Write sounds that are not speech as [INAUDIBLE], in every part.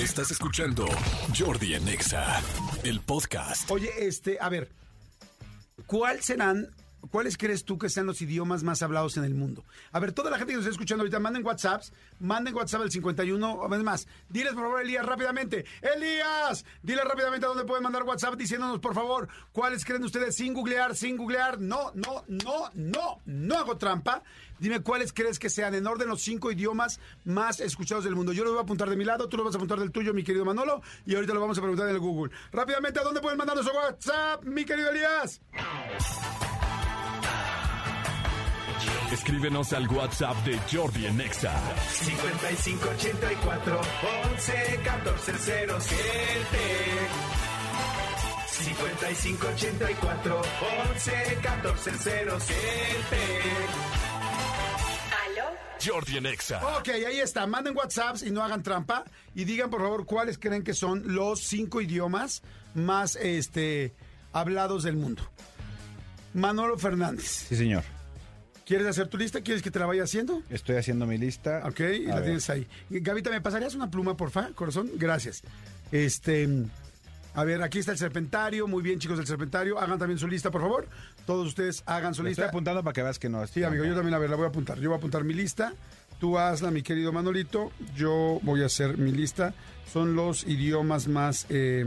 Estás escuchando Jordi Anexa, el podcast. Oye, este, a ver, ¿cuál serán, cuáles crees tú que sean los idiomas más hablados en el mundo? A ver, toda la gente que nos está escuchando ahorita, manden WhatsApps, manden WhatsApp al 51, vez más, diles por favor, Elías, rápidamente, Elías, dile rápidamente a dónde pueden mandar WhatsApp diciéndonos, por favor, cuáles creen ustedes sin googlear, sin googlear, no, no, no, no, no hago trampa. Dime cuáles crees que sean en orden los cinco idiomas más escuchados del mundo. Yo lo voy a apuntar de mi lado, tú lo vas a apuntar del tuyo, mi querido Manolo, y ahorita lo vamos a preguntar en el Google. Rápidamente, ¿a dónde pueden mandarnos su WhatsApp, mi querido Elías? Escríbenos al WhatsApp de Jordi Anexa. 5584 11 14 07 5584 11 14 07 Jordi Anexa. Ok, ahí está. Manden WhatsApps y no hagan trampa. Y digan, por favor, cuáles creen que son los cinco idiomas más este, hablados del mundo. Manolo Fernández, Sí, señor. ¿quieres hacer tu lista? ¿Quieres que te la vaya haciendo? Estoy haciendo mi lista. Ok, y A la ver. tienes ahí. Gavita, ¿me pasarías una pluma, porfa? Corazón, gracias. Este. A ver, aquí está el serpentario. Muy bien, chicos del serpentario. Hagan también su lista, por favor. Todos ustedes hagan su Le estoy lista. apuntando para que veas que no. Sí, amigo, yo también, a ver, la voy a apuntar. Yo voy a apuntar mi lista. Tú hazla, mi querido Manolito. Yo voy a hacer mi lista. Son los idiomas más eh,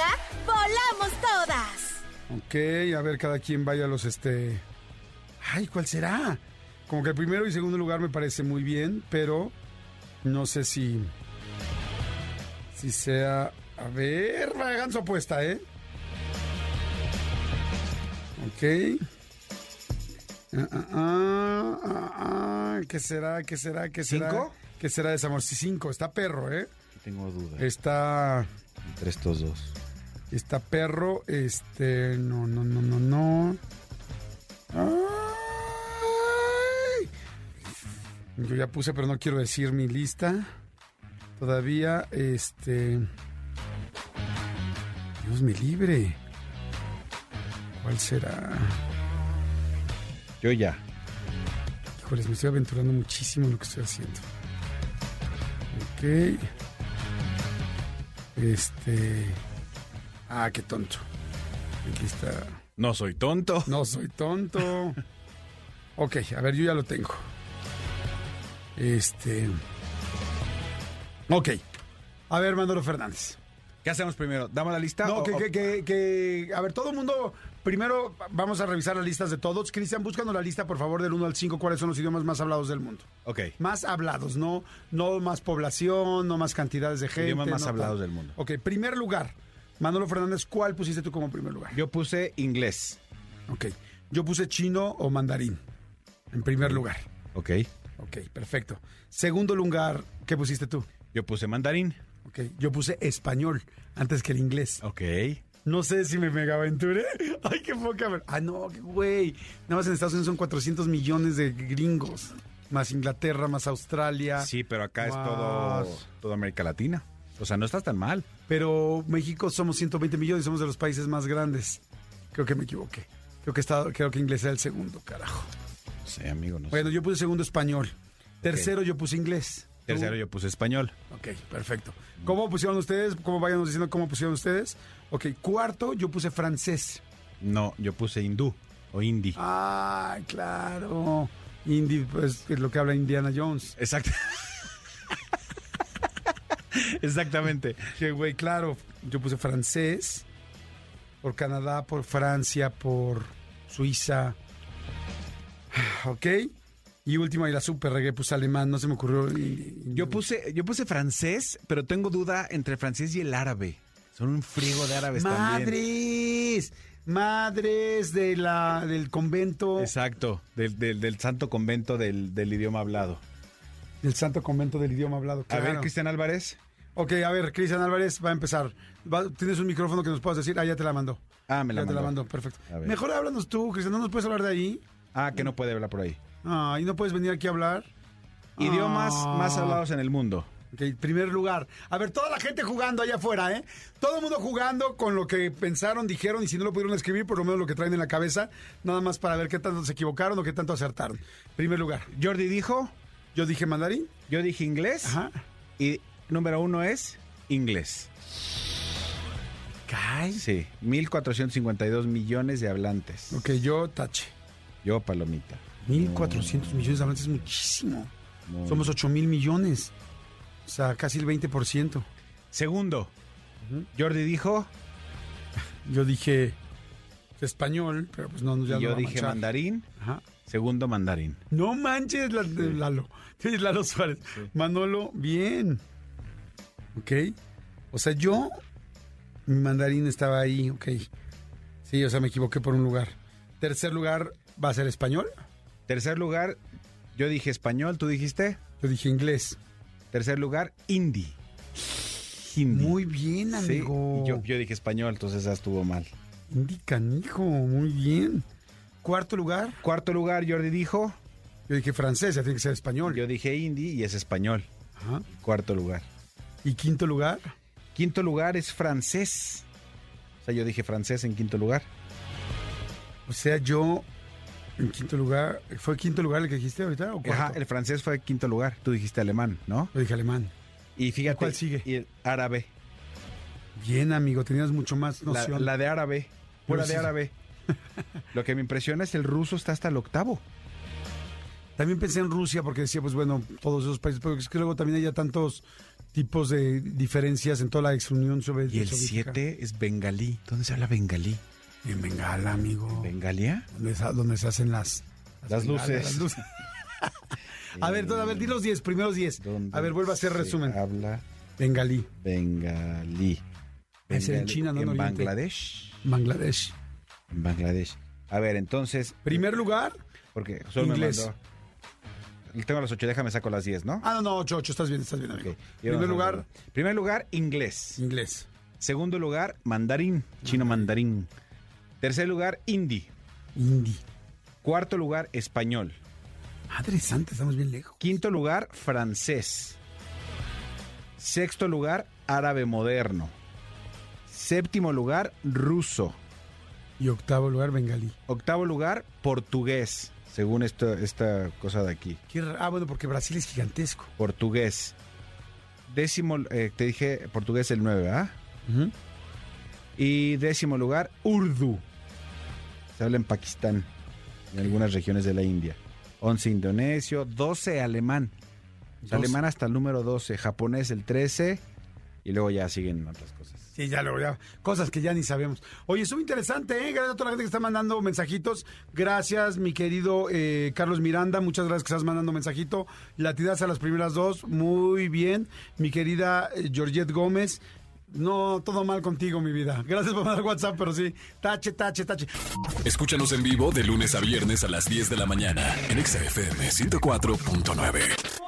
volamos todas. Ok, a ver, cada quien vaya a los este. Ay, ¿cuál será? Como que el primero y segundo lugar me parece muy bien, pero no sé si. Si sea. A ver, hagan su apuesta, ¿eh? Ok. Ah, ah, ah, ah, ah, ¿Qué será? ¿Qué será? ¿Qué será? ¿Cinco? ¿Qué será ese amor? Sí, cinco. Está perro, ¿eh? Tengo dudas Está. entre estos dos. Está perro, este. No, no, no, no, no. Ay. Yo ya puse, pero no quiero decir mi lista. Todavía, este. Dios me libre. ¿Cuál será? Yo ya. Híjoles, me estoy aventurando muchísimo en lo que estoy haciendo. Ok. Este. Ah, qué tonto. Aquí está. No soy tonto. No soy tonto. Ok, a ver, yo ya lo tengo. Este. Ok. A ver, Manolo Fernández. ¿Qué hacemos primero? ¿Damos la lista? No, o- que, o- que, que, que- A ver, todo el mundo. Primero vamos a revisar las listas de todos. Cristian, búscanos la lista, por favor, del 1 al 5, cuáles son los idiomas más hablados del mundo. Ok. Más hablados, no, no más población, no más cantidades de gente. Idiomas más no hablados tal. del mundo. Ok, primer lugar. Manolo Fernández, ¿cuál pusiste tú como primer lugar? Yo puse inglés. Ok. Yo puse chino o mandarín en primer lugar. Ok. Ok, perfecto. Segundo lugar, ¿qué pusiste tú? Yo puse mandarín. Ok, yo puse español antes que el inglés. Ok. No sé si me mega aventuré. [LAUGHS] Ay, qué poca. ver- Ah, no, qué güey. Nada más en Estados Unidos son 400 millones de gringos. Más Inglaterra, más Australia. Ah. Sí, pero acá es Más- todo, todo América Latina. O sea, no estás tan mal. Pero México somos 120 millones, somos de los países más grandes. Creo que me equivoqué. Creo que, estaba, creo que inglés era el segundo, carajo. Sí, amigo. No sé. Bueno, yo puse segundo español. Tercero yo puse inglés. ¿Tú? Tercero yo puse español. Ok, perfecto. ¿Cómo pusieron ustedes? ¿Cómo vayan diciendo cómo pusieron ustedes? Ok, cuarto yo puse francés. No, yo puse hindú o hindi. Ah, claro. Indie, pues es lo que habla Indiana Jones. Exacto. [LAUGHS] Exactamente. Que, güey, claro, yo puse francés por Canadá, por Francia, por Suiza. [SIGHS] Ok. Y última y la super reggae puse alemán, no se me ocurrió. y- y- Yo puse, yo puse francés, pero tengo duda entre el francés y el árabe. Son un friego de pues, árabes también. Madres, madres de la, del convento, Exacto, del, del- del santo convento del, del idioma hablado. del santo convento del idioma hablado. A ver, claro. Cristian Álvarez. Ok, a ver, Cristian Álvarez va a empezar. Va- Tienes un micrófono que nos puedas decir. Ah, ya te la mandó. Ah, me la ya te la mandó. mandó, perfecto. A ver. Mejor háblanos tú, Cristian, ¿no nos puedes hablar de ahí? Ah, que no puede hablar por ahí. Ah, y no puedes venir aquí a hablar. Idiomas Ah. más hablados en el mundo. Ok, primer lugar. A ver, toda la gente jugando allá afuera, ¿eh? Todo el mundo jugando con lo que pensaron, dijeron y si no lo pudieron escribir, por lo menos lo que traen en la cabeza, nada más para ver qué tanto se equivocaron o qué tanto acertaron. Primer lugar, Jordi dijo, yo dije mandarín. yo dije inglés. Ajá. Y número uno es inglés. Sí, 1.452 millones de hablantes. Ok, yo tache. Yo, palomita. 1.400 millones de hablantes es muchísimo. No. Somos 8 mil millones. O sea, casi el 20%. Segundo, Jordi dijo, Yo dije español, pero pues no, ya y no yo va a dije manchar. mandarín. Ajá. Segundo, mandarín. No manches, la- Lalo. [LAUGHS] Sí, Lalo Suárez. Manolo, bien. Ok. O sea, yo, mi mandarín estaba ahí, ok. Sí, o sea, me equivoqué por un lugar. Tercer lugar va a ser español. Tercer lugar, yo dije español, tú dijiste. Yo dije inglés. Tercer lugar, hindi. Hindi. Muy bien, Sí, amigo. y yo, yo dije español, entonces esa estuvo mal. Indican, hijo, muy bien. Cuarto lugar, Cuarto lugar, Jordi dijo, yo dije francés, ya tiene que ser español. yo dije hindi y es español. Ajá. Cuarto lugar. Y quinto lugar, Quinto lugar es francés. O sea, yo dije francés en quinto lugar. o sea, yo en quinto lugar, ¿fue quinto lugar el que dijiste ahorita o cuarto? Ajá, el francés fue quinto lugar. Tú dijiste alemán, ¿no? Yo dije alemán. Y fíjate. ¿Cuál sigue? Y el árabe. Bien, amigo, tenías mucho más La, noción. la de árabe. Pura sí. de [LAUGHS] árabe. Lo que me impresiona es el ruso está hasta el octavo. También pensé en Rusia porque decía, pues bueno, todos esos países, pero es que luego también hay tantos tipos de diferencias en toda la ex Unión Soviética. Y el siete es bengalí. ¿Dónde se habla bengalí? En Bengala, amigo. ¿Bengalia? Donde, sa- donde se hacen las, Las bengalas, luces. las luces. a ver, entonces, a ver, di los 10, primeros 10. ¿Dónde A ver, vuelve a hacer se resumen. Habla Bengalí, bengalí. Debe ser Ah, en Bengalí. China, no en En Oriente. Bangladesh. Bangladesh. En Bangladesh. A ver, entonces. Primer lugar. Porque solo me inglés. mandó- Tengo las ocho, déjame saco las diez, ¿no? Ah, no, no, 8, 8, estás bien, estás bien, amigo. Ok. Y Primer vamos a lugar, Mm. ver. Primer lugar, inglés. inglés. Segundo lugar, mandarín. Chino mandarín. Tercer lugar, hindi. Hindi. Cuarto lugar, español. Madre santa, estamos bien lejos. Quinto lugar, francés. Sexto lugar, árabe moderno. Séptimo lugar, ruso. Y octavo lugar, bengalí. Octavo lugar, portugués. Según esto- esta cosa de aquí. Qué ra- ah, bueno, porque Brasil es gigantesco. Portugués. Décimo, eh, te dije portugués el 9, ¿ah? Y décimo lugar, Urdu. Se habla en Pakistán, en algunas regiones de la India. 11 indonesio, 12 alemán. O Doce. sea, Alemán hasta el número 12, japonés el 13 y luego ya siguen otras cosas. Sí, ya lo ya, cosas que ya ni sabemos. Oye, estuvo interesante, ¿eh? Gracias a toda la gente que está mandando mensajitos. Gracias, mi querido eh, Carlos Miranda. Muchas gracias que estás mandando mensajito. Latidas a las primeras dos. Muy bien. Mi querida eh, Georgette Gómez. No, todo mal contigo, mi vida. Gracias por mandar WhatsApp, pero sí. Tache, tache, tache. Escúchanos en vivo de lunes a viernes a las 10 de la mañana en Exa FM 104.9.